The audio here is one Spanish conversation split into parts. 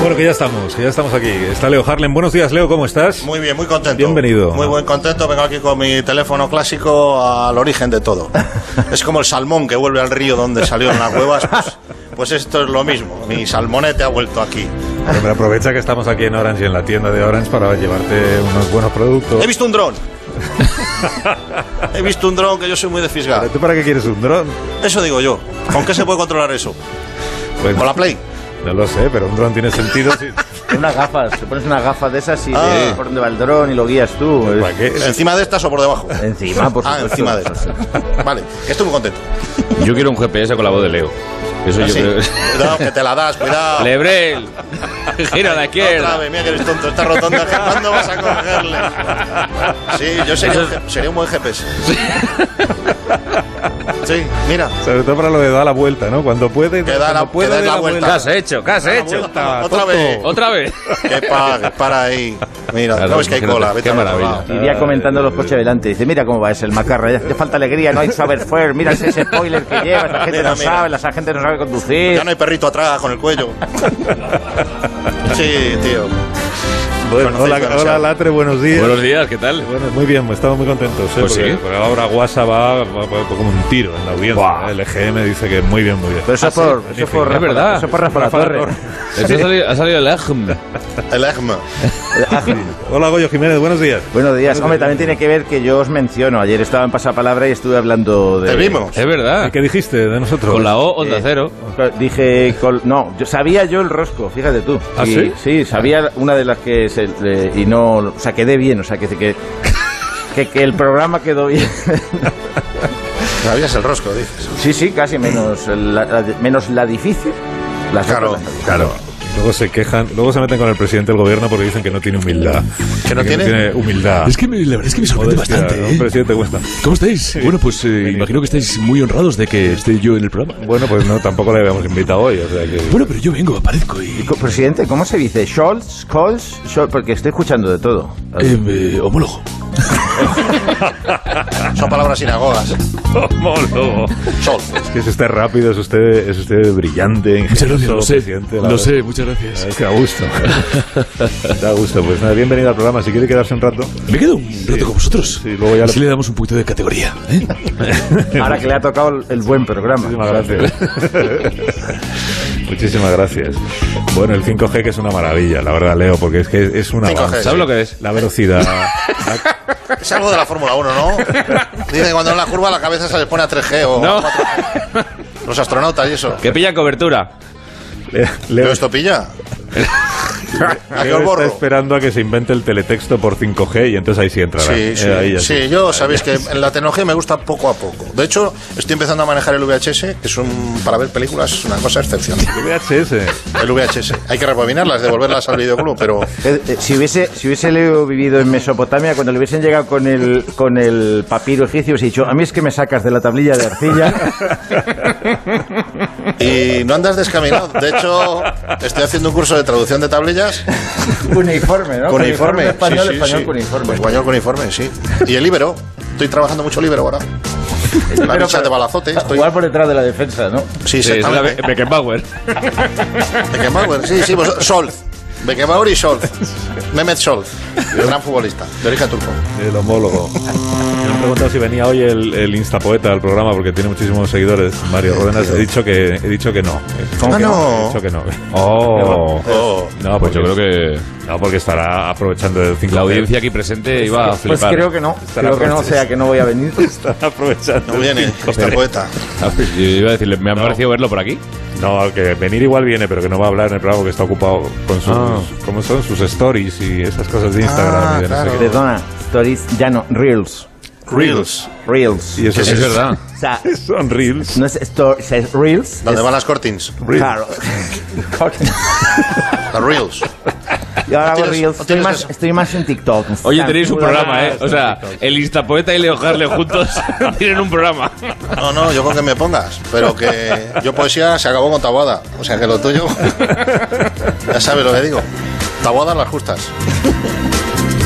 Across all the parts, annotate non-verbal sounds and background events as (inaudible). Bueno, que ya estamos, que ya estamos aquí. Está Leo Harlem. Buenos días, Leo, ¿cómo estás? Muy bien, muy contento. Bienvenido. Muy buen contento. Vengo aquí con mi teléfono clásico al origen de todo. es como el salmón que vuelve al río donde salió en las huevas. Pues, pues esto es lo mismo. Mi salmonete ha vuelto aquí. Pero me aprovecha que estamos aquí en Orange, en la tienda de Orange, para llevarte unos buenos productos. He visto un dron. He visto un dron que yo soy muy de fisgar. ¿Tú para qué quieres un dron? Eso digo yo. ¿Con qué se puede controlar eso? Pues, ¿Con la Play? No lo sé, pero un dron tiene sentido. (laughs) si- unas gafas, te pones una gafa de esas y Ah. ves por dónde va el dron y lo guías tú. ¿Para qué? ¿Encima de estas o por debajo? Encima, por Ah, supuesto. encima de estas. Vale, estoy muy contento. Yo quiero un GPS con la voz de Leo. Eso yo Así. creo. Cuidado, que te la das, cuidado. Ah, (laughs) Lebrel, (laughs) gira a la Otra izquierda. vez, mira que eres tonto, está rotonda. ¿Cuándo vas a cogerle? Sí, yo sería, un je- sería un buen GPS. Sí, mira. Sobre todo para lo de dar la vuelta, ¿no? Cuando puede, Que da la- cuando puede, que des la vuelta. ¿Qué has hecho? ¿Qué has hecho? vuelta, Otra tonto. vez. Otra vez. Que pague, para ahí. Mira, Claro, no ves que hay imagínate, cola, vete qué a otro maravilla. lado. Iría comentando los coches delante. Dice, mira cómo va ese el macarra. Ya te falta alegría, no hay saber fuer. Mira ese spoiler que llevas. La gente Mira, no mira. sabe, la gente no sabe conducir. Ya no hay perrito atrás con el cuello. Sí, tío. Bueno, Conocéis hola, demasiado. hola, Latre, buenos días. Buenos días, ¿qué tal? Bueno, muy bien, estamos muy contentos. ¿eh? Pues porque, sí. porque ahora Guasa va, va- va como un tiro en la audiencia. Buah. ¿eh? El EGM dice que muy bien, muy bien. Pero Ah, eso es por, eso es magnífico. por Es Rafa- verdad. Eso es por Rafa, Rafa la la Torre. Eso ha salido, ha salido el EGM. El EGMA. (laughs) Hola, Goyo Jiménez, buenos días. Buenos días. Hombre, también tiene que ver que yo os menciono. Ayer estaba en Pasapalabra y estuve hablando de... Te vimos. Es verdad. ¿Qué dijiste de nosotros? Con la O, onda cero. Dije, col- no, yo sabía yo el rosco, fíjate tú. ¿Ah, Y- sí? Sí, sabía una de las que se, le- y no, o sea, quedé bien, o sea, que que, que, que el programa quedó bien. (laughs) Sabías el rosco, dices. sí, sí, casi menos la, la- menos la difícil. Las Claro, otras las- claro. Luego se quejan, luego se meten con el presidente del gobierno porque dicen que no tiene humildad. ¿Que no tiene? humildad. Es que me, la verdad es que me sorprende Ah. Modestia, bastante. ¿no? ¿eh? Un presidente cuesta. ¿Cómo estáis? Bueno, pues eh, imagino que estáis muy honrados de que esté yo en el programa. Bueno, pues no, tampoco le habíamos invitado hoy. O sea que... Bueno, pero yo vengo, aparezco y. Co- Presidente, ¿cómo se dice? Scholz, Scholz, Scholz, porque estoy escuchando de todo. eh, me- homólogo. Son palabras sinagogas. Homólogo. Sol. Es que es usted rápido, es usted, es usted brillante, Muchas gracias, ingenioso, lo sé. presidente. la Lo verdad. sé, muchas gracias. Es que da gusto. (laughs) da gusto. Pues nada, bienvenido al programa. Si quiere quedarse un rato. Me quedo un rato con vosotros. Sí, luego ya Así le- le damos un poquito de categoría. ¿eh? Ahora que le ha tocado el, el buen programa. Muchísimas gracias. (laughs) Muchísimas gracias. Bueno, el 5G que es una maravilla, la verdad, Leo, porque es que es una 5G, ¿Sabes lo que es? La velocidad. Es algo de la Fórmula 1, (laughs) ¿no? Dicen que cuando en la curva la cabeza se les pone a 3G o No. a 4G. Los astronautas y eso. Que pilla cobertura. Le- Pero Leo, esto pilla. ¿A qué Leo os está borro? esperando a que se invente el teletexto por 5G y entonces ahí sí entrará. Sí, Eh, sí, ahí ya sí, yo sabéis que en la tecnología me gusta poco a poco. De hecho, estoy empezando a manejar el VHS, que es un para ver películas es una cosa excepcional. VHS. El VHS, hay que rebobinarlas, devolverlas al videoclub, pero Eh, eh, si hubiese si hubiese Leo vivido en Mesopotamia cuando le hubiesen llegado con el con el papiro egipcio hubiese dicho a mí es que me sacas de la tablilla de arcilla (laughs) y no andas descaminado. De hecho, estoy haciendo un curso de traducción de tablillas uniforme no con uniforme, Ah, español Sí, sí, español sí. Pues con uniforme Español con uniforme, sí. Y el libero, estoy trabajando mucho libero (laughs) ahora. La Pero lucha para- de balazote, estoy jugar por detrás de la defensa no Sí, Sí, es la Be- exactamente. Beckenbauer. Beckenbauer, sí, sí, pues, Scholz. Beckenbauer y (laughs) Scholz. Mehmet Scholz, gran futbolista, de origen turco. El homólogo. Me han preguntado si venía hoy el, el instapoeta al programa porque tiene muchísimos seguidores. Mario Rodenas, he dicho que, he dicho que no. ¿Cómo que Ah, no? He dicho que no. Oh. Oh. No, Pues yo creo que No, porque estará aprovechando el 5G. la audiencia aquí presente iba a pues flipar. creo que no creo que no o sea que no voy a venir Estará aprovechando. No el viene, 5G. este poeta. ¿Sabes? Yo iba a decirle, me ha parecido verlo por aquí. No, que venir igual viene, pero que no va a hablar en el programa que está ocupado con sus, ¿cómo son? sus stories y esas cosas de Instagram. Ah, y de no sé claro. qué. perdona stories ya no reels Reels. reels Y eso Es verdad. o sea Son reels. no es stories es reels ¿Dónde van las cortings? Reels. claro Las reels. Y ahora No hago tienes- reels. no Estoy tienes más, eso. estoy más en TikTok. Oye, tenéis un Instagram. programa, ¿eh? O sea, el Instapoeta y Leo Harley juntos (laughs) tienen un programa. No, no, yo con que me pongas, pero que yo poesía se acabó con Taboada, o sea que lo tuyo, (laughs) ya sabes lo que digo, Taboada las justas.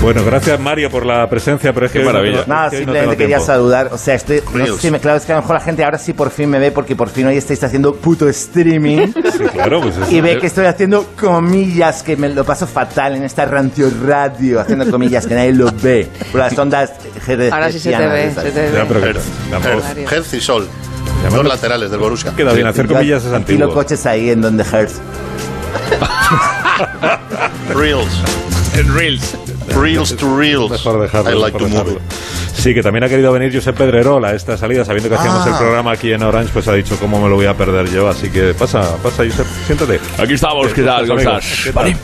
Bueno, gracias Mario por la presencia, pero es que Qué hoy no maravilla. tengo- Nada, es que hoy no simplemente tengo quería tiempo. saludar. O sea, estoy. No sé Reels. si me claro, es que a lo mejor la gente ahora sí por fin me ve porque por fin hoy estáis haciendo puto streaming. Sí, claro, pues es- Y ve que estoy haciendo comillas, que me lo paso fatal en esta rancio radio, haciendo comillas que nadie lo ve. Por las ondas Ahora sí se (laughs) te ve, se te Ya, ve. pero que- Herz, tampoco- Mario. Herz y Sol, Llamando- dos laterales del Borussia. Queda bien, hacer comillas es Y los antiguo. coches ahí en donde Hertz. Reels, En Reels. reels to reels. Mejor dejarlo, I like mejor to move. dejarlo. Sí, que también ha querido venir Josep Pedrerol a esta salida, sabiendo que hacíamos Ah. el programa aquí en Orange, pues ha dicho cómo me lo voy a perder yo, así que pasa, pasa Josep, siéntate. Aquí estamos, ¿qué tal? ¿Cómo Amigo, estás? ¿Qué tal? Vale.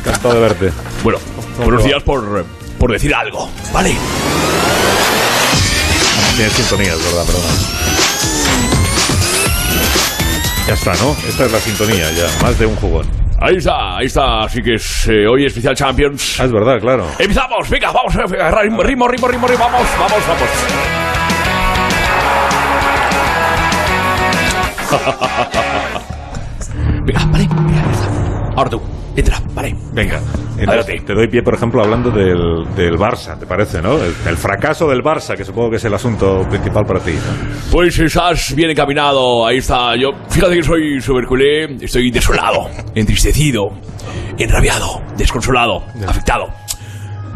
Encantado de verte. Bueno, buenos días por, por decir algo, ¿vale? Tienes sintonías, ¿verdad? Perdona. Ya está, ¿no? Esta es la sintonía ya, más de un jugón. Ahí está, ahí está, así que es, eh, hoy especial Champions. Ah, es verdad, claro. Empezamos, venga, vamos, eh, agarrar ritmo, ritmo, ritmo, ritmo, ritmo, vamos, vamos, vamos. venga, vale, venga, ya está. Ahora tú, entra, vale. Venga, Adelante. entonces, te doy pie, por ejemplo, hablando del, del Barça, ¿te parece, no? El, el fracaso del Barça, que supongo que es el asunto principal para ti. ¿no? Pues estás bien encaminado, ahí está. Yo, fíjate que soy superculé, estoy desolado, (laughs) entristecido, enrabiado, desconsolado, afectado.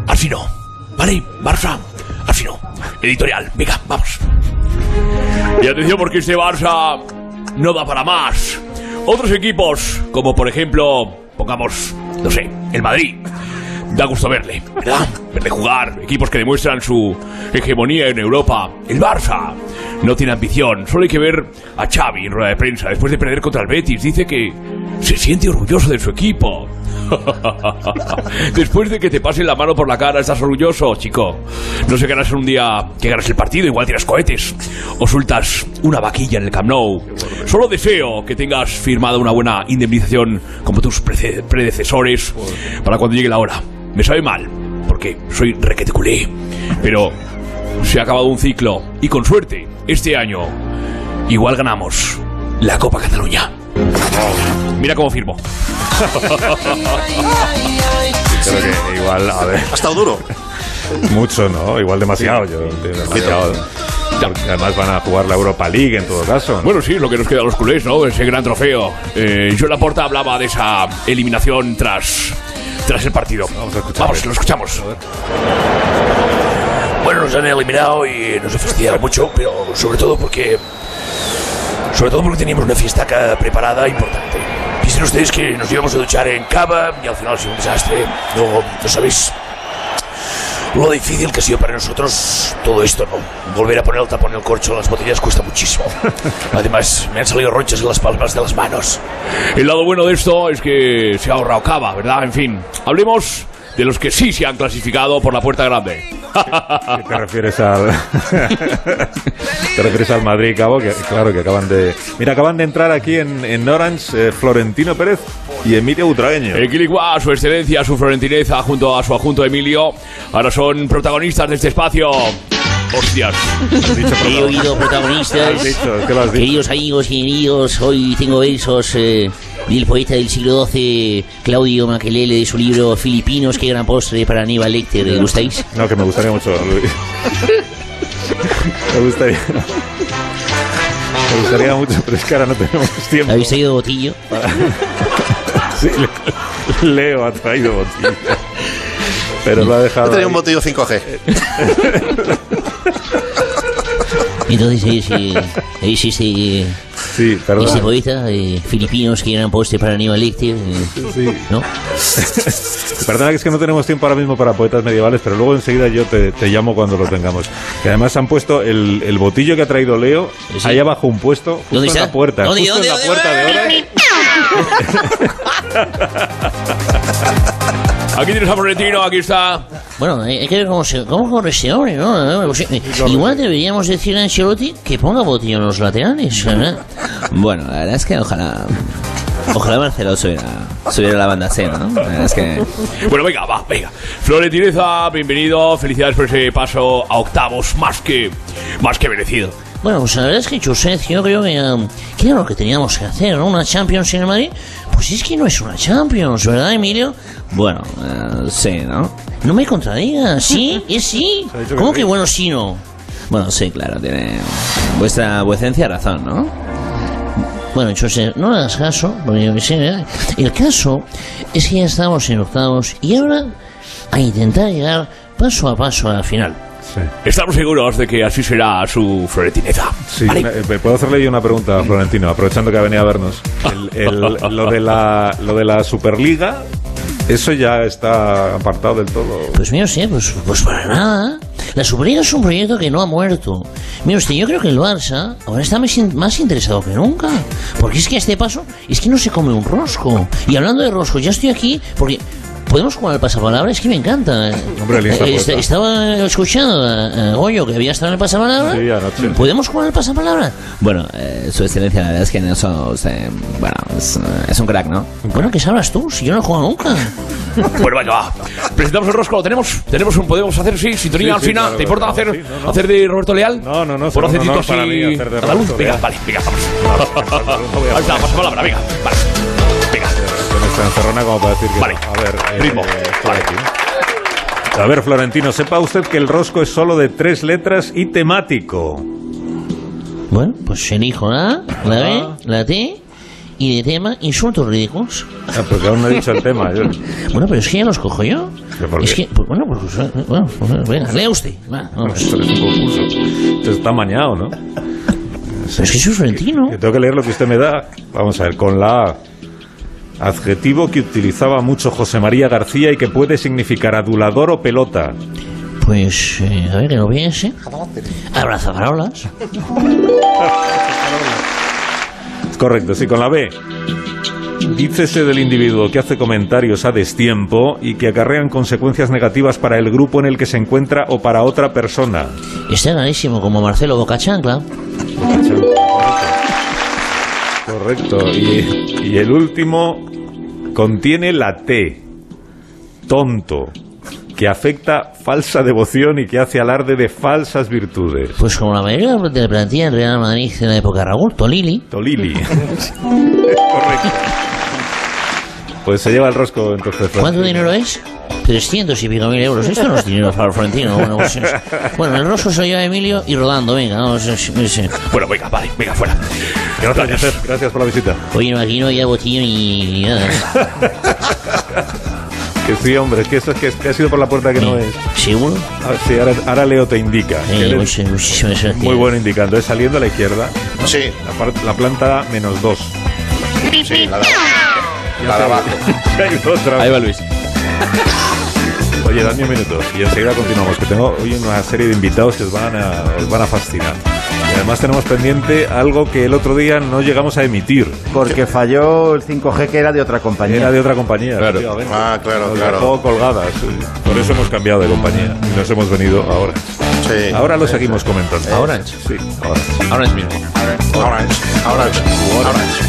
Así no, ¿vale? Barça, así no. Editorial, venga, vamos. Y atención porque este Barça no da para más. Otros equipos, como por ejemplo, pongamos, no sé, el Madrid. Da gusto verle, Ah, ¿verdad? Verle jugar, equipos que demuestran su hegemonía en Europa. El Barça no tiene ambición, solo hay que ver a Xavi en rueda de prensa. Después de perder contra el Betis, dice que se siente orgulloso de su equipo. (laughs) Después de que te pasen la mano por la cara, estás orgulloso, chico. No sé ganas en un día que ganas el partido, igual tiras cohetes o sueltas una vaquilla en el Camp Nou. Solo deseo que tengas firmada una buena indemnización como tus prece- predecesores para cuando llegue la hora. Me sabe mal, porque soy requeteculé, pero se ha acabado un ciclo y con suerte, este año igual ganamos la Copa Cataluña. Mira cómo firmo. Creo que igual, a ver, Ha estado duro. (laughs) mucho, ¿no? Igual demasiado, yo demasiado. Porque Además van a jugar la Europa League en todo caso. ¿no? Bueno, sí, lo que nos queda a los culés, ¿no? Ese gran trofeo. Eh, yo Laporta hablaba de esa eliminación tras, tras el partido. Vamos, a escuchar. lo escuchamos. Bueno, nos han eliminado y nos he fastidiado mucho, pero sobre todo porque. Sobre todo porque teníamos una fiestaca preparada importante. Dicen ustedes que nos íbamos a duchar en Cava y al final ha sido un desastre. No, no sabéis lo difícil que ha sido para nosotros todo esto, ¿no? Volver a poner el tapón en el corcho en las botellas cuesta muchísimo. Además, me han salido ronchas en las palmas de las manos. El lado bueno de esto es que se ha ahorrado cava, ¿verdad? En fin, hablemos de los que sí se han clasificado por la puerta grande. (laughs) ¿Qué te refieres al (laughs) te refieres al Madrid Cabo que claro que acaban de mira acaban de entrar aquí en, en Orange eh, Florentino Pérez y Emilio Utraeño El Quilicua, su excelencia, su florentineza, junto a su adjunto Emilio, ahora son protagonistas de este espacio. Hostias. Has (laughs) dicho, He oído has protagonistas. dicho, ¿qué lo has dicho? Queridos amigos y enemigos, hoy tengo versos eh, del poeta del siglo XII, Claudio Maquelele, de su libro Filipinos, que gran postre para Aníbal Lecter. ¿Le gustáis? no que me gustaría mucho Luis me gustaría me gustaría mucho pero es que ahora no tenemos tiempo ¿Habéis traído botillo? Sí, Le- Leo ha traído botillo pero lo ha Yo dejado tenía un ahí. botillo 5G. Entonces es, eh, es ese, eh, sí ese perdón poeta, eh, Filipinos, que gran postre para Aníbal Lecter. eh, ¿No? pues. Perdona que es que no tenemos tiempo ahora mismo para poetas medievales, pero luego enseguida yo te, te llamo cuando lo tengamos. Que además han puesto el, el botillo que ha traído Leo Sí. ahí abajo un puesto, justo ¿Dónde en está? la puerta, ¿Dónde, justo dónde, en la dónde? puerta de ahora. Aquí tienes a Florentino, aquí está. Bueno, hay hay que ver cómo, se, cómo corre ese hombre, ¿no? ¿no? Pues, eh, Igual deberíamos decir a ¿eh? (laughs) Ancelotti que ponga botillo en los laterales, ¿verdad? Bueno, la verdad es que ojalá. Ojalá Marcelo subiera, subiera la banda cena, ¿no? La verdad Es que. Bueno, venga, va, venga. Florentineza, bienvenido. Felicidades por ese paso a octavos, más que, más que merecido. Bueno, pues la verdad es que Josep, yo creo que, um, que era lo que teníamos que hacer, ¿no? Una Champions en el Madrid. Pues es que no es una Champions, ¿verdad, Emilio? Bueno, eh, sí, ¿no? No me contradigas, ¿sí? ¿Es sí? ¿Cómo que bueno, sí, no? Bueno, sí, claro, tiene pues vuestra vuecencia razón, ¿no? Bueno, Josep, no le hagas caso, porque yo que sé, ¿verdad? El caso es que ya estamos en octavos y ahora a intentar llegar paso a paso a la final. Sí. Estamos seguros de que así será su Florentineza. Sí, Vale. me- me- ¿Puedo hacerle yo una pregunta a Florentino? Aprovechando que ha venido a vernos. El- el- lo, de la, lo de la Superliga, eso ya está apartado del todo. Pues mira usted, pues, pues para nada. La Superliga es un proyecto que no ha muerto. Mira usted, yo creo que el Barça ahora está más, in- más interesado que nunca. Porque es que a este paso es que no se come un rosco. Y hablando de rosco, ya estoy aquí porque... ¿Podemos jugar al pasapalabra? Es que me encanta. Hombre, pues el Insta Eh, puesta. est- estaba escuchando a, a Goyo que había estado en el pasapalabra. Sí, anoche. ¿Podemos jugar al pasapalabra? Bueno, eh, su excelencia, la verdad es que en eso, eh, bueno, es, eh, es un crack, ¿no? Bueno, ¿qué sabrás tú? Si yo no he jugado nunca. Bueno, venga, va. Presentamos el rosco, lo tenemos. Tenemos un podemos hacer, sí, sintonía Sí, al sí, final. claro, ¿Te importa claro, hacer, sí, no, no. hacer de Roberto Leal? No, no, no, es Por un honor acetitos para mí y. hacer de Andaluz. Roberto Venga, Leal. vale, venga, (laughs) vamos. Ahí está, pasa palabra, venga. Vale, venga. Con esta encerrona como para decir que... Vale. A ver, eh, Ritmo. esto Vale. de aquí. A ver, Florentino, sepa usted que el rosco es solo de tres letras y temático. Bueno, pues elijo la A, la B, la T y de tema insultos ridículos. Ah, porque aún no he dicho el tema. yo- Bueno, pero es que ya los cojo yo. ¿Pero por Es qué? que, pues, bueno, pues, eh, bueno, pues, venga, lea usted. Va, (laughs) vamos. Esto es un confuso. Esto está mañado, ¿no? Pero es que soy florentino. Yo tengo que leer lo que usted me da. Vamos a ver, con la A. Adjetivo que utilizaba mucho José María García y que puede significar adulador o pelota. Pues, eh, a ver, que lo piense. Abrazafarolas. Correcto, sí, con la B. Dícese del individuo que hace comentarios a destiempo y que acarrean consecuencias negativas para el grupo en el que se encuentra o para otra persona. Está clarísimo, como Marcelo Bocachancla. Correcto. Y, y el último contiene la T. Tonto. Que afecta falsa devoción y que hace alarde de falsas virtudes. Pues como la mayoría de la plantilla en Real Madrid en la época de Raúl Tolili. Tolili. Correcto. Pues se lleva el rosco entonces. Fran. ¿Cuánto dinero es? 300 y pico mil euros. Esto no es dinero para el florentino. Bueno, pues, es- bueno, el rosco se lo lleva Emilio y rodando. Venga, vamos. eh, es- es- Bueno, venga, vale, venga, fuera. Gracias, gracias por la visita. Oye, imagino ya botillo y nada. Que sí, hombre, que eso es que, es- que ha sido por la puerta que (laughs) no es. ¿Seguro? Ah, sí, ahora, ahora Leo te indica. Eh, Eres muchas- muchísimas gracias. muy bueno indicando. Es saliendo a la izquierda, Sí, la, par- la planta menos dos. (laughs) sí, la de, la de abajo. Se ha ido otra vez. Ahí va Luis. Oye, dame un minuto y enseguida continuamos, que tengo hoy una serie de invitados que os van a, os van a fascinar. Y además tenemos pendiente algo que el otro día no llegamos a emitir. Porque falló el 5G que era de otra compañía. Era de otra compañía. Claro. efectivamente. Ah, claro, Nos claro. dejó colgadas. sí. Por eso hemos cambiado de compañía y nos hemos venido ahora. Sí. Ahora lo seguimos comentando. Ahora. Sí, ahora. Ahora es mío. Orange, orange, orange.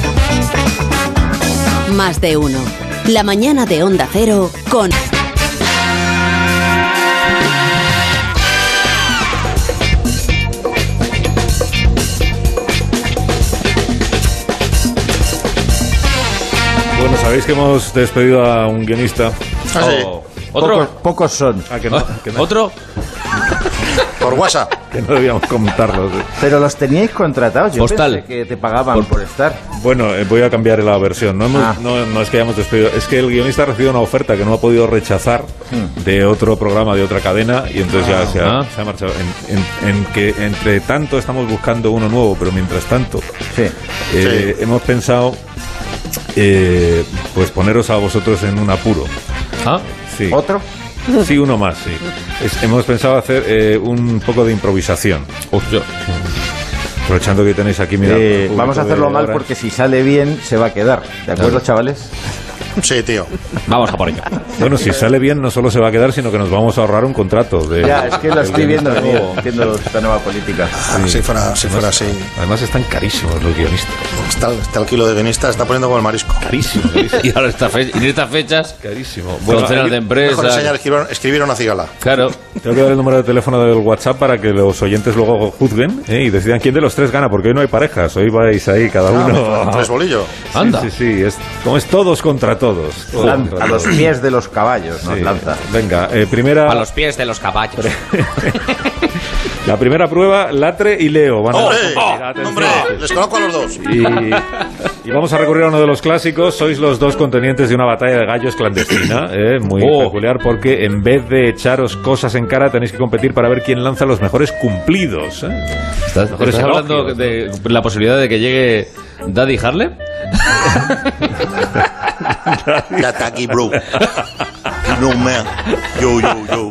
Más de uno. La mañana de Onda Cero con Bueno, sabéis que hemos despedido a un guionista. Ah, sí. Oh. Pocos, ¿Otro? pocos son. Ah, que (laughs) no, que no, ¿Otro? Por WhatsApp. que no debíamos comentarlo. sí. Pero los teníais contratados. Yo Postal. pensé que te pagaban por, estar. Bueno, eh, voy a cambiar la versión. No, hemos- Ah. no, no es que hayamos despedido, es que el guionista ha recibido una oferta que no ha podido rechazar Hmm. de otro programa, de otra cadena, y entonces ya se ha, Ah. se ha marchado. En, en- en que entre tanto estamos buscando uno nuevo, pero mientras tanto Sí. eh, hemos pensado eh, pues poneros a vosotros en un apuro. ¿Ah? Sí. ¿Otro? Sí, uno más, sí. Es- hemos pensado hacer eh, un poco de improvisación. Hostia. Aprovechando que tenéis aquí, mira. Eh, público vamos a de hacerlo mal Orange. porque si sale bien se va a quedar. ¿De acuerdo, chavales? Sí, tío. Vamos a por ello. Bueno, si sale bien, no solo se va a quedar, sino que nos vamos a ahorrar un contrato. De, Ya, es que la del estoy de viendo, Mr. tío, Bobo. viendo esta nueva política. Si fuera, si fuera así. Además, están carísimos los guionistas. Está, está el kilo de guionista, está poniendo como el marisco. Carísimo, Y ahora esta fe- en estas fechas, carísimo. con Bueno, cenas de Mejor enseñar a empresa. escribir, escribir una cigala. Claro. tengo que dar el número de teléfono del WhatsApp para que los oyentes luego juzguen ¿eh? y decidan quién de los tres gana, porque hoy no hay parejas. Hoy vais ahí cada Ah, uno. (laughs) Tres bolillos. Anda. Sí, sí, sí, es, como es todos contra todos. Todos Lanza, contra a los todos. pies de los caballos, ¿no? Sí. Lanza. Venga, eh, primera, A los pies de los caballos. (laughs) la primera prueba, Latre y Leo. Van a- ¡Hombre! Atención. ¡Oh! ¡Hombre! Les conozco a los dos. Y, y vamos a recurrir a uno de los clásicos. Sois los dos contenientes de una batalla de gallos clandestina, ¿eh? muy Oh. peculiar, porque en vez de echaros cosas en cara, tenéis que competir para ver quién lanza los mejores cumplidos. ¿eh? ¿Estás, Mejores estás hablando elogios, de la posibilidad de que llegue Daddy Harlem? Ya está aquí, bro. No, man. Yo, yo, yo.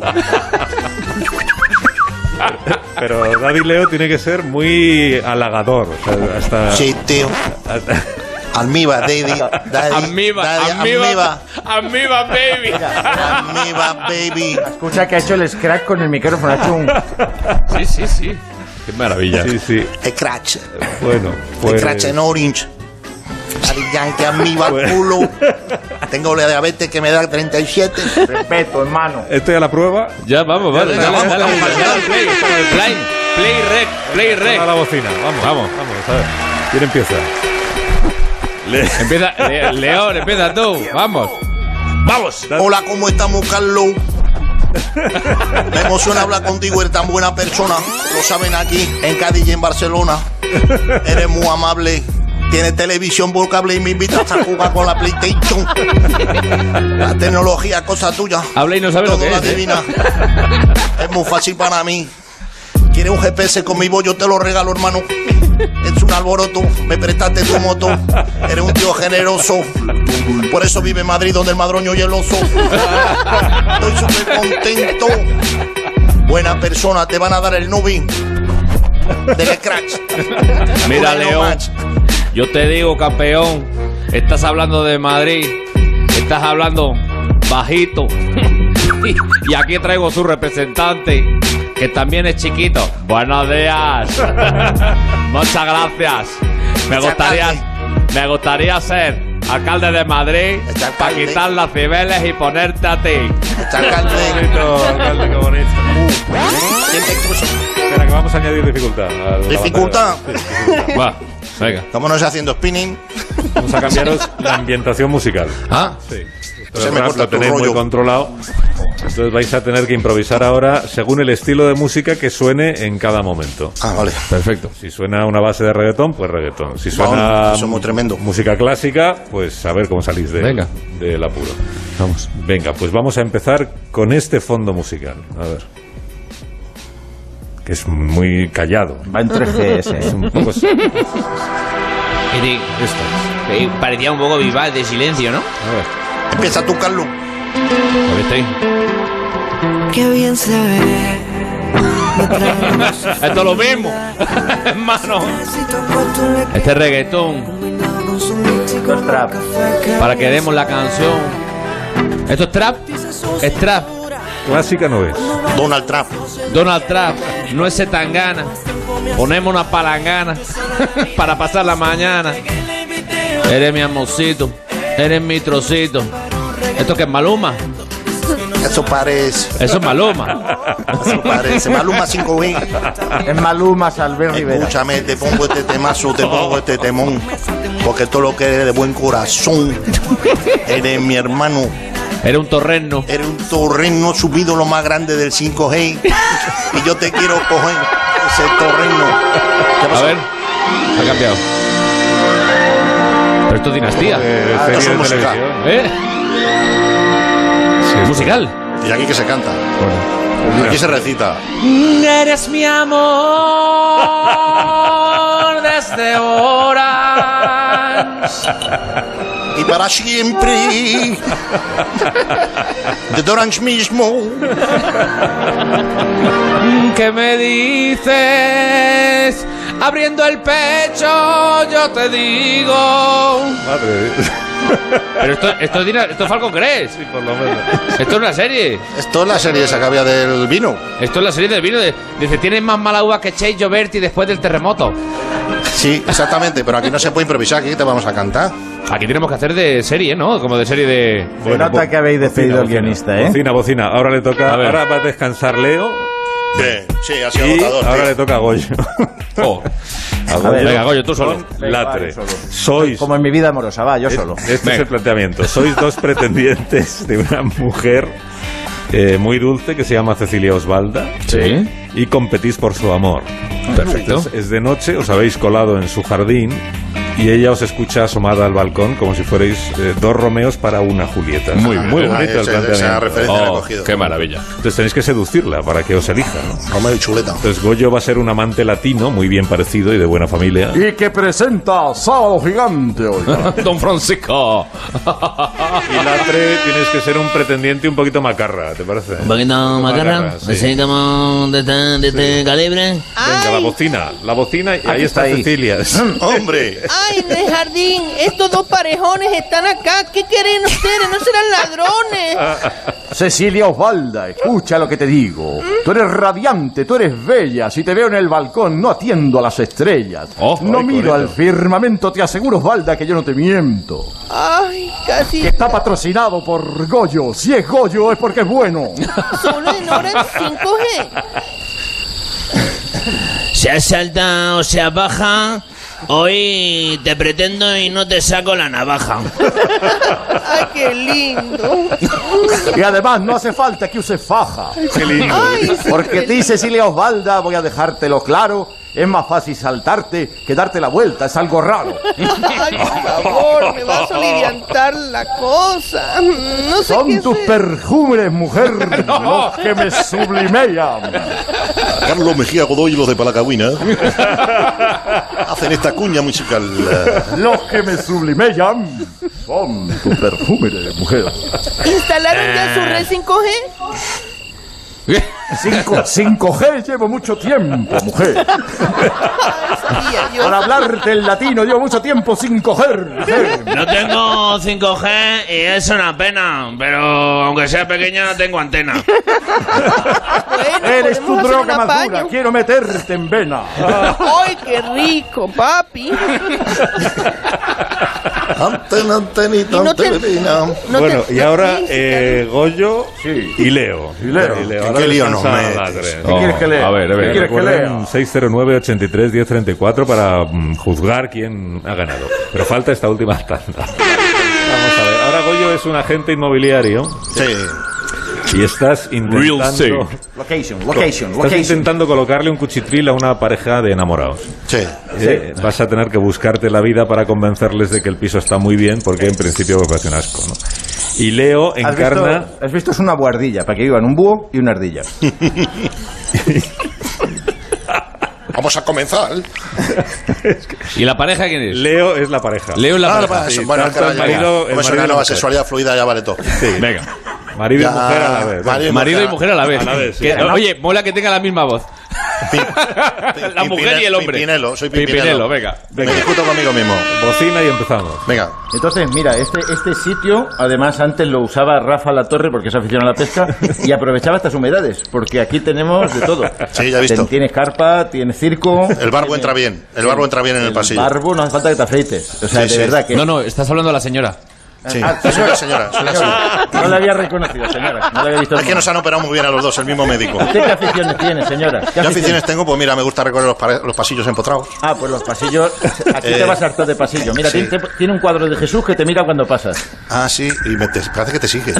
Pero David Leo tiene que ser muy halagador. o sea, hasta, Sí, tío. Almiba, Daddy. Daddy. Amiba, daddy, amiba, amiba, baby. Almiba, baby. Escucha que ha hecho el scratch con el micrófono, ha hecho un... Sí, sí, sí. Qué maravilla. Sí, sí. Scratch. Bueno, pues. Scratch en orange. Arigan que amiba Pues al culo. (laughs) Tengo la diabetes que me da 37. Respeto, hermano. Estoy a la prueba. Ya (laughs) vamos, vale. Ya, vamos, dale, vamos, dale, vamos. play, play, play rec, play A la rec. bocina. Vamos, vamos, vamos. A ver. ¿Quién empieza? Empieza, Le- León, empieza tú. Vamos. Vamos. Hola, ¿cómo estamos, Carlos? Me emociona hablar contigo, eres tan buena persona. Lo saben aquí, en Cádiz y en Barcelona. Eres muy amable. Tienes televisión por cable y me invitas a jugar con la PlayStation. La tecnología, cosa tuya. Habla y no sabe lo Todo que lo es, ¿eh? adivina. (laughs) Es muy fácil para mí. ¿Quieres un GPS conmigo? Yo te lo regalo, hermano. Es un alboroto, me prestaste tu moto. Eres un tío generoso. Por eso vive en Madrid, donde el madroño y el oso. Estoy súper contento. Buena persona, te van a dar el nubi. Del scratch. Mira, Una no León, match. yo te digo, campeón, estás hablando de Madrid, estás hablando bajito. (laughs) y aquí traigo su representante, que también es chiquito. Buenos días. (laughs) Muchas gracias. Me Muchas gustaría, me gustaría ser alcalde de Madrid Es para alcalde. quitar las cibeles y ponerte a ti. (laughs) Alcalde, Bonito, alcalde, qué bonito. siente incluso. Espera, que vamos a añadir dificultad. a la batalla. Dificultad. Va, venga. Vámonos haciendo spinning. Vamos a cambiaros la ambientación musical. Ah, Sí. Se me corta lo tu tenéis muy rollo. controlado. Entonces vais a tener que improvisar ahora según el estilo de música que suene en cada momento. Ah, vale. perfecto. Si suena una base de reggaetón, pues reggaetón. Si suena Vamos, somos tremendo. música clásica, pues a ver cómo salís de, Venga. del apuro. Vamos. Venga, pues vamos a empezar con este fondo musical. A ver. Que es muy callado. Va en ¿eh? 3GS. Un poco- (laughs) Y te- esto. eh, parecía un poco vival de silencio, ¿no? A ver. Empieza tú, Carlos. Qué bien se ve. Me trae un (laughs) Esto es lo mismo, (laughs) hermano. (laughs) besito con tu leche Este reggaetón, combinado con su leche y con un trap. café que para que demos la canción. ¿Esto es trap? Es trap. Clásica no es. Donald Trump. Donald Trump, no es tangana. Ponemos una palangana (laughs) para pasar la mañana. Eres mi amorcito, eres mi trocito. ¿Esto que es Maluma? Eso parece. Eso es Maluma. Eso parece. Maluma (laughs) 5G. Es Maluma, Salver Rivera. Escúchame, te pongo este temazo, te pongo este temón. Porque todo lo que eres de buen corazón. Eres mi hermano. Eres un torreno. Eres un torreno subido lo más grande del 5G. Y yo te quiero coger ese torreno. ¿Qué A pasó? ver, ha cambiado. Pero esto es dinastía, Eh, Ah, serie eso de es musical. televisión. ¿eh? Sí, esto- Musical. Y aquí que se canta. Aquí se recita. Eres mi amor desde ahora. Y para (laughs) siempre. De Orange mismo. que me dices abriendo el pecho yo te digo Madre. Pero esto, esto, es, dina- esto es Falcon Crest. Esto es una serie. Esto es la serie esa que había del vino. Esto es la serie del vino. de- Dice, tienes más mala uva que Chase Gioberti después del terremoto. Sí, exactamente, pero aquí no se puede improvisar, aquí te vamos a cantar. Aquí tenemos que hacer de serie, ¿no? Como de serie de... Bueno, pues nota bo- que habéis despedido al bocina, guionista, ¿eh? Bocina, bocina. Ahora le toca. A ver. Ahora va a descansar Leo. Sí, sí, ha sido Y agotador, ahora tío. le toca a Goyo. Oh. A ver, Venga, Goyo, tú solo. Con Venga, va, Latre. yo solo. Sois. Como en mi vida amorosa, va, yo solo. Este es el planteamiento. Sois dos pretendientes de una mujer eh, muy dulce que se llama Cecilia Osvalda. Sí. Y competís por su amor. Perfecto. Entonces, es de noche, os habéis colado en su jardín y ella os escucha asomada al balcón como si fuerais eh, dos Romeos para una Julieta. Muy, muy Ah, bonito ese- Esa, esa referencia Pues la he Oh, cogido. qué maravilla. Entonces tenéis que seducirla para que os elija. ¿no? Romeo y Chuleta. Entonces Goyo va a ser un amante latino, muy bien parecido y de buena familia. Y que presenta Sábado Gigante hoy. (laughs) Don Francisco. (laughs) Y Latre tienes que ser un pretendiente un poquito macarra, ¿te parece? Un poquito macarra, sí. necesitamos de este, de este calibre. Venga, la bocina, la bocina y ahí está está ahí. Cecilia. ¡Hombre! Ay, en el jardín, estos dos parejones están acá. ¿Qué quieren ustedes? No serán ladrones. Cecilia Osvalda, escucha lo que te digo. Tú eres radiante, tú eres bella. Si te veo en el balcón, no atiendo a las estrellas. Oh, no ay, miro al correcto. firmamento, te aseguro, Osvalda, que yo no te miento. Ay, casi Que está patrocinado por Goyo. Si es Goyo, es porque es bueno. solo en hora 5G. Sea alta o sea baja, hoy te pretendo y no te saco la navaja. Ay, qué lindo. Y además, no hace falta que uses faja. Ay, sí, Porque qué a ti, Cecilia Osvalda, voy a dejártelo claro. Es más fácil saltarte que darte la vuelta. Es algo raro. Ay, por favor, me va a soliviantar la cosa. No sé qué Son tus hacer. perjúmenes, mujer, los que me sublimean. (laughs) Carlos Mejía Godoy y los de (laughs) Palacagüina hacen esta cuña musical. (laughs) Los que me sublimean son tus perjúmenes, mujer. ¿Instalaron ya su red 5G? 5, 5G llevo mucho tiempo, mujer. Ay, sabía yo. Para hablarte el latino llevo mucho tiempo 5G, mujer. No tengo 5G y es una pena, pero aunque sea pequeña tengo antena. Bueno, Eres tu podemos hacer droga un más dura, apaño. quiero meterte en vena. Ay, qué rico, papi. Anten, antenita, Y no te- antenina. No te- bueno, y no ahora pienses, eh, Goyo Sí. y Leo. Y Leo. ¿En Ahora qué lío nos descansa metes? Latre. ¿Qué quieres que lea? a ver, a ver. ¿Qué quieres que lea? 609-83-1034 para mm, juzgar quién ha ganado. Pero falta esta última tanda. Vamos a ver. Ahora Goyo es un agente inmobiliario Sí. y estás intentando, estate. Location, location, estás location. intentando colocarle un cuchitril a una pareja de enamorados. Sí. Eh, vas a tener que buscarte la vida para convencerles de que el piso está muy bien porque en principio me parece un asco. ¿no? Y Leo ¿Has visto, encarna... has visto? Es una buhardilla, para que vivan un búho y una ardilla. Vamos a comenzar. ¿Y la pareja quién es? Leo es la pareja. Leo la Ah, pareja. para eso. sí, bueno, tanto carajo, el marido- ya. el Como es marido y una la nueva mujer. sexualidad fluida, ya vale todo. Venga. Marido y Ya, mujer a la vez. marido y Marido y mujer mujer a la vez. A la vez, sí. Que- Además- oye, mola que tenga la misma voz. la (laughs) Pimpinel- mujer y el hombre. Pimpinelo, soy Pimpinelo. Pimpinelo, venga. Me discuto conmigo mismo. Bocina y empezamos. Venga. Entonces, mira, este, este sitio, además antes lo usaba Rafa La Torre porque es aficionado a la pesca (laughs) y aprovechaba estas humedades, porque aquí tenemos de todo. Sí, ya he visto. Ten- Tienes carpa, tienes circo. El barbo entra bien. El barbo entra bien en el pasillo. Barbo, no hace falta que te afeites. O sea, Sí, de sí. verdad que. No, no, estás hablando a la señora. Sí. Ah, Es una señora. Es una señora. No la había reconocido, señora. No la había visto. Es que nos han operado muy bien a los dos, el mismo médico. (laughs) ¿Usted qué aficiones tiene, señora? ¿Qué ¿Qué aficiones tengo? Pues mira, me gusta recorrer los, pare- los pasillos empotrados. Ah, pues los pasillos. Aquí Eh, te vas a hartar de pasillo. Mira, sí. tiene, tiene un cuadro de Jesús que te mira cuando pasas. Ah, sí, y me te- parece que te (laughs) sigue.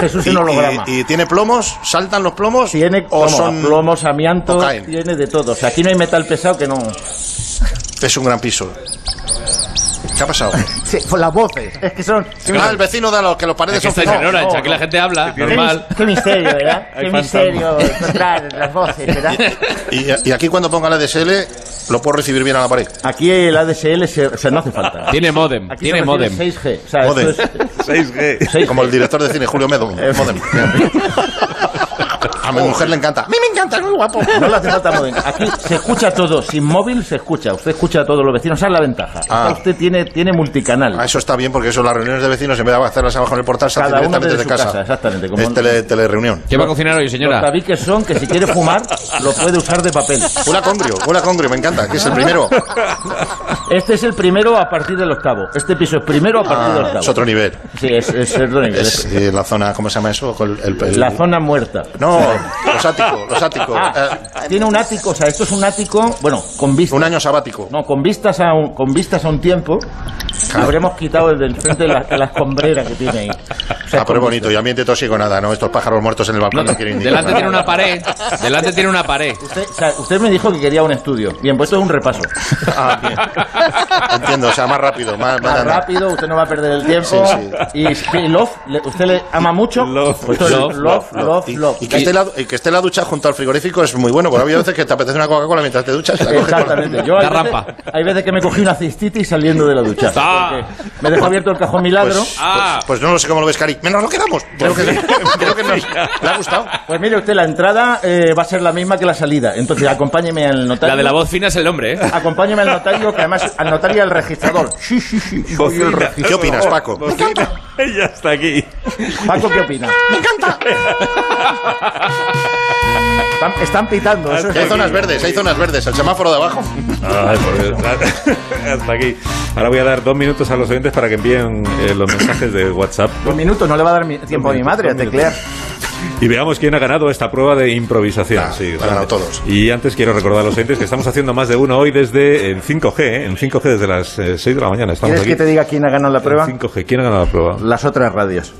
Jesús y, es un holograma. y- y tiene plomos? ¿Saltan los plomos? Tiene ¿O como son- plomos, o amianto, caen? tiene de todo. O sea, aquí no hay metal pesado que no. Es un gran piso. ¿Qué ha pasado? (laughs) Sí, con las voces. Es que son. qué Ah, el vecino de los que los paredes Es que son esta finos. señora, no, hecha, aquí no. la gente habla, mis- normal. Qué misterio, ¿verdad? Qué misterio encontrar las voces, (laughs) ¿verdad? Y, y aquí cuando ponga la DSL, lo puedo recibir bien a la pared. Aquí el ADSL se, o sea, no hace falta. Tiene modem, Aquí tiene se modem. recibe 6G. O sea, Modem. esto es 6G. 6G. (laughs) Como el director de cine, Julio Medo. Modem. A A mi mujer le encanta. A mí me encanta, es muy guapo. No le hace falta móvil. Aquí se escucha todo. Sin móvil se escucha. Usted escucha a todos los vecinos. Esa es la ventaja. Acá Usted tiene, tiene multicanal. Ah, eso está bien porque eso, las reuniones de vecinos, en vez de hacerlas abajo en el portal, se hacen Cada uno directamente desde desde casa. su casa, exactamente, como- es tele, telereunión. ¿Qué va a cocinar hoy, señora? Los tabiques son que si quiere fumar, lo puede usar de papel. Huele a congrio, huele a congrio, me encanta, que es el primero. Este es el primero a partir del octavo. Este piso es primero a partir del Ah, octavo. es otro nivel. Sí, es, es otro nivel. Es, eh, la zona, ¿cómo se llama eso? Con el- el- La zona muerta. No, los áticos, los áticos. Ah, Eh, tiene un ático, o sea, esto es un ático, bueno, con vistas. Un año sabático. No, con vistas a un, con vistas a un tiempo. Habremos quitado el del frente de la, de la escombrera que tiene ahí. O sea, Ah, pero es con bonito, y ambiente tóxico nada, ¿no? Estos pájaros muertos en el balcón no quieren ni Delante nada. tiene una pared. Delante tiene una pared. vistas. O sea, usted me dijo que quería un estudio. Bien, pues esto es un repaso. Ah, bien. (laughs) Entiendo, o sea, más rápido, más, más Más nada. rápido, usted no va a perder el tiempo. Y sí, Love, le- usted le ama mucho. Pues esto Love, es love, love, Y, love. y que esté la, y que esté la ducha junto al frigorífico es muy bueno, porque había veces que te apetece una Coca-Cola mientras te duchas. y la coges con pues, la- Exactamente. Yo hay, veces, hay veces que me cogí una cistitis saliendo de la ducha. Ah. porque Me dejó abierto el cajón milagro. Pues, pues- pues no lo sé cómo lo ves, Cari. Menos lo quedamos. Creo que, creo que nos- ¿Le ha gustado? Pues mire usted, la entrada eh, va a ser la misma que la salida. Entonces, acompáñeme al notario. La de la voz fina es el hombre, ¿eh? Acompáñeme al notario, que además al notario y al registrador. Sí, sí, sí. soy el registrador. ¿Qué opinas, Paco? (laughs) Ella está aquí. Paco, ¿qué opina? Me encanta. Están, están pitando. eso es Que hay lo que- zonas verdes, hay zonas verdes. El semáforo de abajo. Ay, por Dios. (laughs) Hasta aquí. Ahora voy a dar dos minutos a los oyentes para que envíen eh, los mensajes de WhatsApp. Dos minutos, no le va a dar mi- tiempo a mi madre a teclear. Y veamos quién ha ganado esta prueba de improvisación. sí, han ganado grande. Y antes quiero recordar a los oyentes que estamos haciendo más de uno hoy desde en 5G, ¿eh? en 5G desde las 6 de la mañana. Estamos ¿Quieres aquí. que te diga quién ha ganado la prueba? En 5G. ¿Quién ha ganado la (laughs) prueba? (laughs) Las otras radios.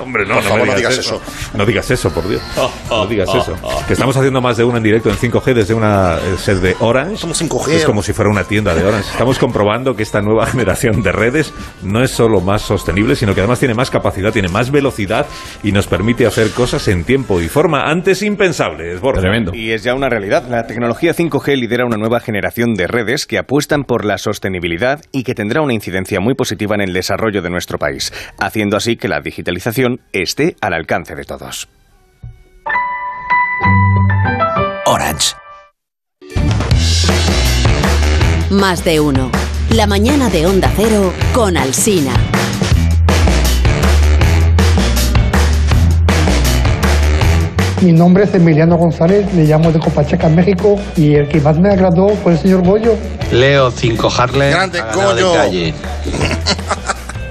Hombre, no, Por no, favor, me digas eso. No digas eso, por Dios. No digas oh, eso. oh. Que estamos haciendo más de uno en directo en 5G desde una eh, sed de Orange. Somos 5G. Es como si fuera una tienda de Orange. Estamos comprobando que esta nueva (laughs) generación de redes no es solo más sostenible, sino que además tiene más capacidad, tiene más velocidad y nos permite hacer cosas en tiempo y forma antes impensables. Borja. Y es ya una realidad. La tecnología 5G lidera una nueva generación de redes que apuestan por la sostenibilidad y que tendrá una incidencia muy positiva en el desarrollo de nuestro país, haciendo así que la digitalización esté al alcance de todos. Orange. eh, Más de uno. La mañana de Onda Cero con Alsina. Mi nombre es Emiliano González, le llamo de Copacheca, México, y el que más me agradó fue el señor Goyo. Leo 5 Harley. Grande ha ganado de Goyo. calle.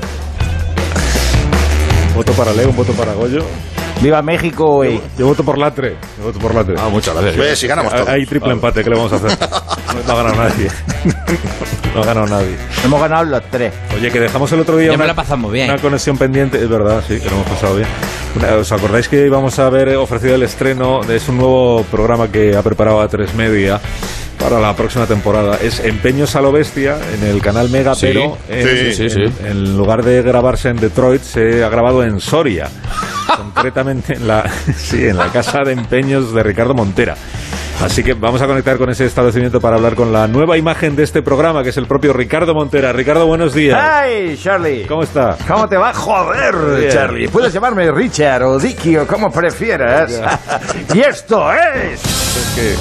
(laughs) Voto para Leo, voto para Goyo. Viva México, Yo, yo voto por Latre. Yo voto por Latre. Ah, muchas gracias. Ve, si ganamos todos. Hay triple empate, ¿qué le vamos a (laughs) hacer? No ha ganado nadie. (laughs) No ha ganado nadie. Hemos ganado los tres. Oye, que dejamos el otro día. Ya me una- la pasamos bien. Una conexión pendiente, es verdad, sí, que lo hemos pasado bien. Una- ¿Os acordáis que íbamos a haber eh, ofrecido el estreno? de- Es un nuevo programa que ha preparado a Tres Media para la próxima temporada. Es Empeños a lo Bestia en el canal Mega, Sí. pero en, Sí, sí, sí. en- en lugar de grabarse en Detroit, se ha grabado en (laughs) Soria. concretamente en la, sí, en la casa de empeños de Ricardo Montera. Así que vamos a conectar con ese establecimiento para hablar con la nueva imagen de este programa, que es el propio Ricardo Montera. Ricardo, buenos días. ¡Hey, Charlie! ¿Cómo está? ¿Cómo te va? Joder, Bien. Charlie. Puedes llamarme Richard o Dicky o como prefieras. (laughs) y esto es.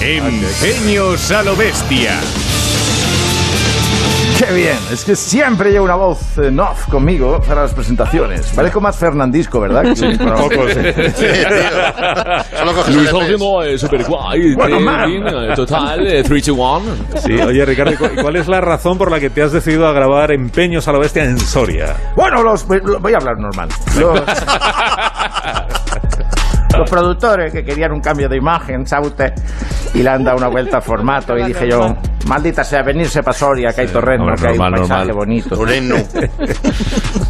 Empeños a lo bestia. ¡Qué bien! Es que siempre llevo una voz en off conmigo para las presentaciones. Parezco más Fernandisco, ¿verdad? Sí, Que- un poco, sí. Sí, tío. Solo coges Lo el estamos EPS. viendo, eh, super guay, Bueno, eh, man. bien, eh, total, eh, 3 to 1. Sí, oye Ricardo, ¿y cu- ¿y ¿cuál es la razón por la que te has decidido a grabar Empeños a la Bestia en Soria? Bueno, los, lo- voy a hablar normal. Los, (laughs) los productores que querían un cambio de imagen, ¿sabe usted? Y le han dado una vuelta al formato y dije yo, maldita sea, venirse para Soria, que hay torreno, hombre, que hay un normal, paisaje normal. bonito.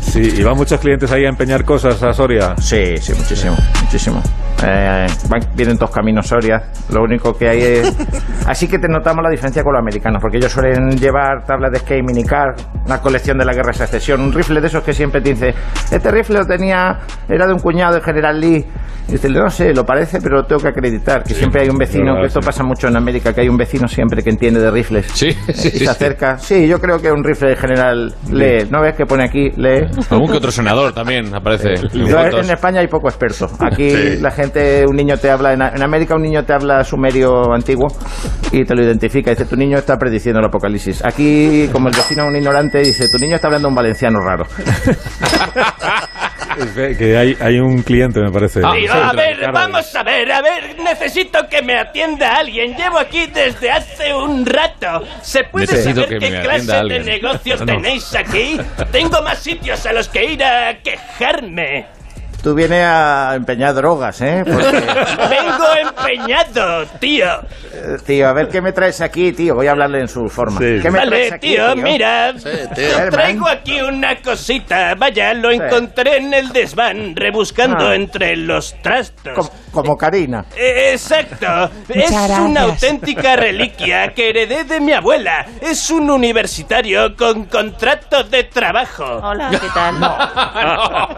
Sí, ¿y van muchos clientes ahí a empeñar cosas a Soria? Sí, sí, muchísimo, muchísimo. Eh, van- vienen dos caminos Soria, lo único que hay es... Así que te notamos la diferencia con los americanos, porque ellos suelen llevar tablas de skate, minicar, una colección de la guerra de secesión, un rifle de esos que siempre te dice, este rifle lo tenía, era de un cuñado del general Lee, Dice, no sé, lo parece, pero lo tengo que acreditar. Que siempre hay un vecino, que esto pasa mucho en América, que hay un vecino siempre que entiende de rifles. Sí, se sí, sí. acerca. Sí, yo creo que un rifle en general lee. ¿No ves que pone aquí? Lee. Algún que otro senador también aparece. (laughs) en Yo, fotos. en España hay poco experto. Aquí Sí. la gente, un niño te habla, en, en América un niño te habla sumerio antiguo y te lo identifica. Dice, tu niño está prediciendo el apocalipsis. Aquí, como el vecino es un ignorante, dice, tu niño está hablando un valenciano raro. Que hay, hay un cliente, me parece. Digo, a ver, vamos a ver, a ver, necesito que me atienda alguien. Llevo aquí desde hace un rato. ¿Se puede Necesito saber que me qué atienda clase de alguien. negocios No. tenéis aquí? Tengo más sitios a los que ir a (laughs) quejarme. Tú vienes a empeñar drogas, ¿eh? Porque- Vengo empeñado, tío. Eh, Tío, a ver qué me traes aquí, tío. Voy a hablarle en su forma. ¿Qué me Vale, traes aquí, tío, mira. Herman. Traigo aquí una cosita. Vaya, lo Sí. encontré en el desván, rebuscando Ah. entre los trastos. Como, como Karina. Eh, Exacto. Muchas Es una gracias. auténtica reliquia que heredé de mi abuela. Es un universitario con contrato de trabajo. Hola, ¿qué tal? No,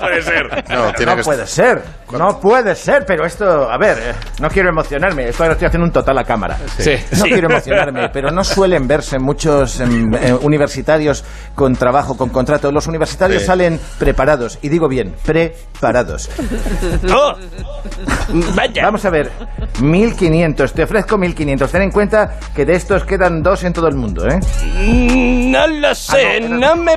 puede ser. No, tiene No que puede ser, no puede ser, pero esto, a ver, eh, no quiero emocionarme, esto ahora estoy haciendo un total a cámara. Sí. No Sí. quiero (laughs) emocionarme, pero no suelen verse muchos em, eh, universitarios con trabajo, con contrato. Los universitarios Sí. salen preparados, y digo bien, preparados. Oh. Vamos a ver, 1500, te ofrezco 1500. Ten en cuenta que de estos quedan dos en todo el mundo, ¿eh? Mm, No Ah, lo sé, no me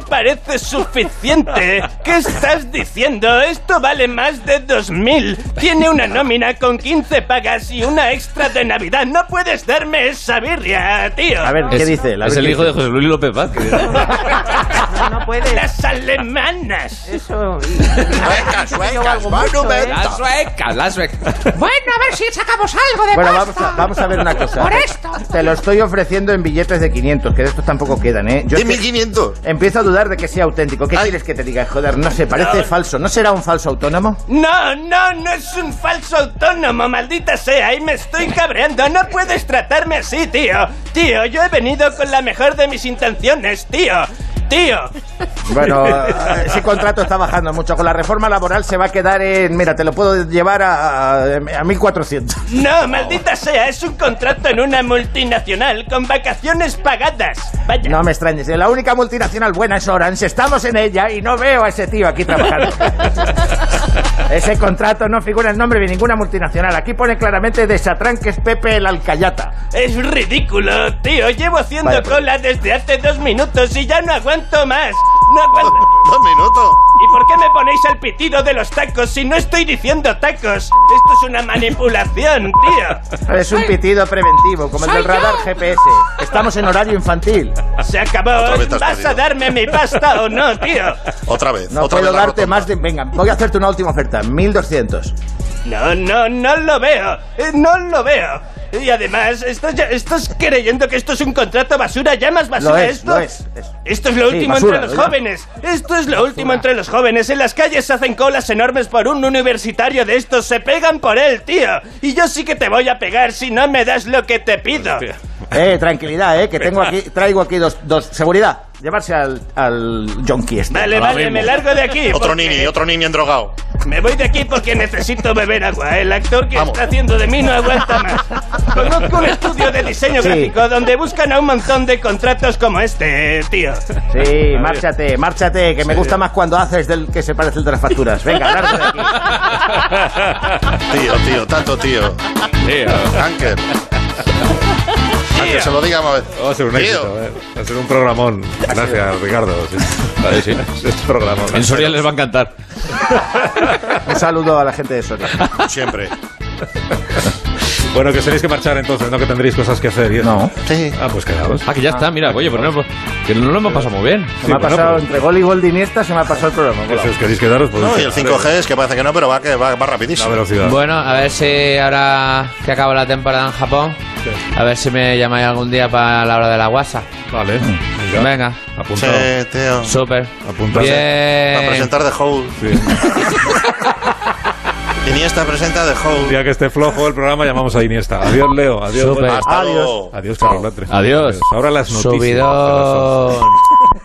(laughs) parece suficiente. ¿Qué estás diciendo? Esto vale más de 2.000. Tiene una nómina con 15 pagas y una extra de Navidad. No puedes darme esa birria, tío. A ver, ¿qué Es- dice? La es ver, el ¿qué hijo de dice? José Luis López Vázquez. no puedes. Las alemanas. Eso. Las suecas, las suecas. Bueno, a ver si sacamos algo de Bueno, vamos pasta. a, vamos a ver (laughs) una cosa. Por esto. Te lo estoy ofreciendo en billetes de 500, que de estos tampoco quedan, ¿eh? ¿De es que 1500? Empiezo a dudar de que sea auténtico. ¿Qué quieres que te diga? Joder, no sé, parece No. falso. ¿No será un falso autónomo? No, no, no es un falso autónomo, maldita sea, y me estoy cabreando. No puedes tratarme así, tío. Tío, yo he venido con la mejor de mis intenciones, tío. Tío. Bueno, eh, ese contrato está bajando mucho. Con la reforma laboral se va a quedar en... Mira, te lo puedo llevar a, a, a 1400. No, maldita sea, es un contrato en una multinacional con vacaciones pagadas. Vaya. No me extrañes. La única multinacional buena es Orange. Estamos en ella y no veo a ese tío aquí trabajando. ese contrato no figura el nombre de ninguna multinacional. Aquí pone claramente de Satrán que es Pepe el Alcayata. Es ridículo, tío. Llevo haciendo Vale, pues. cola desde hace dos minutos y ya no aguanto más. No aguanto. ¿Dos minutos? ¿Y por qué me ponéis el pitido de los tacos si no estoy diciendo tacos? Esto es una manipulación, tío. Es un pitido preventivo, como el soy del radar GPS. Estamos en horario infantil. Se (laughs) acabó. Otra vez te has ¿Vas a perdido. darme mi pasta o no, tío? Otra vez. No otra puedo vez la darte más de... Venga, voy a hacerte una última oferta. (laughs) 1200. No, no, no lo veo. Eh, No lo veo. Y además, ¿estás, ya- estás creyendo que esto es un contrato basura? ¿Ya más basura Lo es, esto? lo es, es. Esto es lo Sí, último basura, entre los lo llamo. jóvenes. Esto es lo último entre los jóvenes. En las calles se hacen colas enormes por un universitario de estos. Se pegan por él, tío. Y yo sí que te voy a pegar si no me das lo que te pido. Eh, tranquilidad, eh, que tengo aquí, traigo aquí dos, dos. Seguridad. Llevarse al, al yonki este. Vale, vale, me largo de aquí. Otro porque- nini, otro nini endrogado. Me voy de aquí porque necesito beber agua. El actor que está haciendo de mí no aguanta más. Conozco un estudio de diseño Sí. gráfico donde buscan a un montón de contratos como este, tío. Sí, márchate, márchate, que me Sí. gusta más cuando haces del que se parece el de (laughs) las facturas. Venga, largo de aquí. Tío, tío, tanto tío. Tío. Oh, Anker. Anker, se lo digamos a ver. Va a ser un éxito, eh. va a ser un programón. Gracias, Ricardo. Sí. (laughs) Es un programón. En Soria les va a encantar. Un saludo a la gente de Soria. Siempre. (laughs) Bueno, que os tenéis que marchar entonces, no que tendréis cosas que hacer. No. Ah, pues quedaos. Ah, que ya está, mira, oye, pero no, que no lo hemos pasado muy bien. Se me ha pasado pues. entre gol y gol de Iniesta, se me ha pasado el programa. Si os queréis quedaros, pues. No, y el 5G es que parece que no, pero va, que va, va rapidísimo. La velocidad. Bueno, a ver si ahora que acaba la temporada en Japón, a ver si me llamáis algún día para la hora de la guasa. Vale. Venga. Apuntado. Sí, tío. Súper. Apuntado. Bien. Para presentar The Hole. (laughs) Iniesta presenta The Hole. El día que esté flojo el programa, llamamos a Iniesta. Adiós, Leo. Adiós. Súper. Hasta Adiós. luego. Adiós, Carlos Latre. Adiós. Ahora las noticias. Subidón.